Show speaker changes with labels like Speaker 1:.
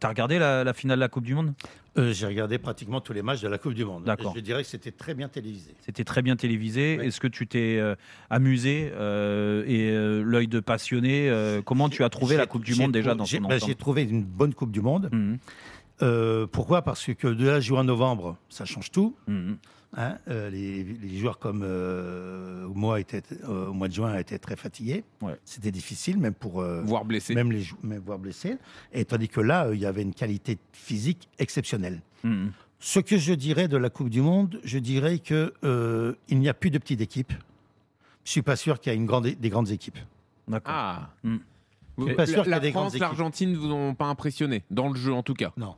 Speaker 1: T'as regardé la, la finale de la Coupe du Monde
Speaker 2: Euh, J'ai regardé pratiquement tous les matchs de la Coupe du Monde.
Speaker 1: D'accord.
Speaker 2: Je dirais que c'était très bien télévisé.
Speaker 1: C'était très bien télévisé.
Speaker 2: Oui.
Speaker 1: Est-ce que tu t'es euh, amusé euh, et euh, l'œil de passionné euh, Comment tu as trouvé la
Speaker 2: J'ai-
Speaker 1: Coupe du
Speaker 2: j'ai
Speaker 1: Monde déjà
Speaker 2: trou-
Speaker 1: dans
Speaker 2: j'ai-
Speaker 1: son
Speaker 2: bah,
Speaker 1: ensemble
Speaker 2: J'ai trouvé une bonne Coupe du Monde.
Speaker 1: Mhm,
Speaker 2: Euh, pourquoi Parce que de là, juin, novembre, ça change tout.
Speaker 1: mhm.
Speaker 2: hein. Euh, les, les joueurs comme euh, moi étaient, euh, au mois de juin étaient très fatigués.
Speaker 1: Ouais.
Speaker 2: C'était difficile, même pour euh,
Speaker 3: voire blessé.
Speaker 2: même les jou- même voire blessés. Et tandis que là, euh, il y avait une qualité physique exceptionnelle.
Speaker 1: Mhm.
Speaker 2: Ce que je dirais de la Coupe du Monde, je dirais que euh, il n'y a plus de petites équipes. Je suis pas sûr qu'il y a une grande, des grandes équipes.
Speaker 1: D'accord.
Speaker 3: Ah.
Speaker 1: Hmm.
Speaker 3: Vous-
Speaker 2: suis pas sûr
Speaker 3: la
Speaker 2: qu'il y a
Speaker 3: la
Speaker 2: des grandes
Speaker 3: France,
Speaker 2: équipes.
Speaker 3: l'Argentine vous ont pas impressionné dans le jeu en tout cas.
Speaker 2: Non.